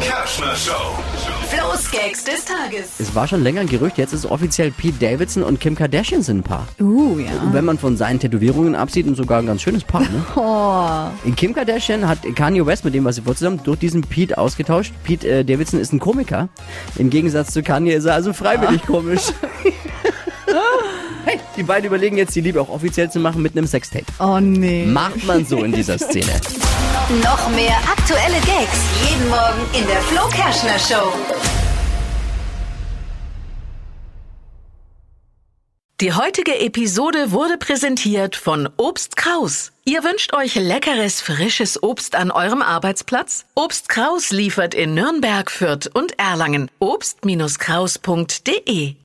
Kerschner Show. Flo's Gags des Tages. Es war schon länger ein Gerücht, jetzt ist offiziell Pete Davidson und Kim Kardashian sind ein Paar. Uh, ja. Und wenn man von seinen Tätowierungen absieht, und sogar ein ganz schönes Paar, ne? Oh, Kim Kardashian hat Kanye West, mit dem war sie vor zusammen, durch diesen Pete ausgetauscht. Pete äh, Davidson ist ein Komiker. Im Gegensatz zu Kanye ist er also freiwillig komisch. hey, die beiden überlegen jetzt, die Liebe auch offiziell zu machen mit einem Sextape. oh nee. Macht man so in dieser Szene. Noch mehr aktuelle Gags jeden Morgen in der Flo Kerschner Show. Die heutige Episode wurde präsentiert von Obst Kraus. Ihr wünscht euch leckeres, frisches Obst an eurem Arbeitsplatz? Obst Kraus liefert in Nürnberg, Fürth und Erlangen. Obst-Kraus.de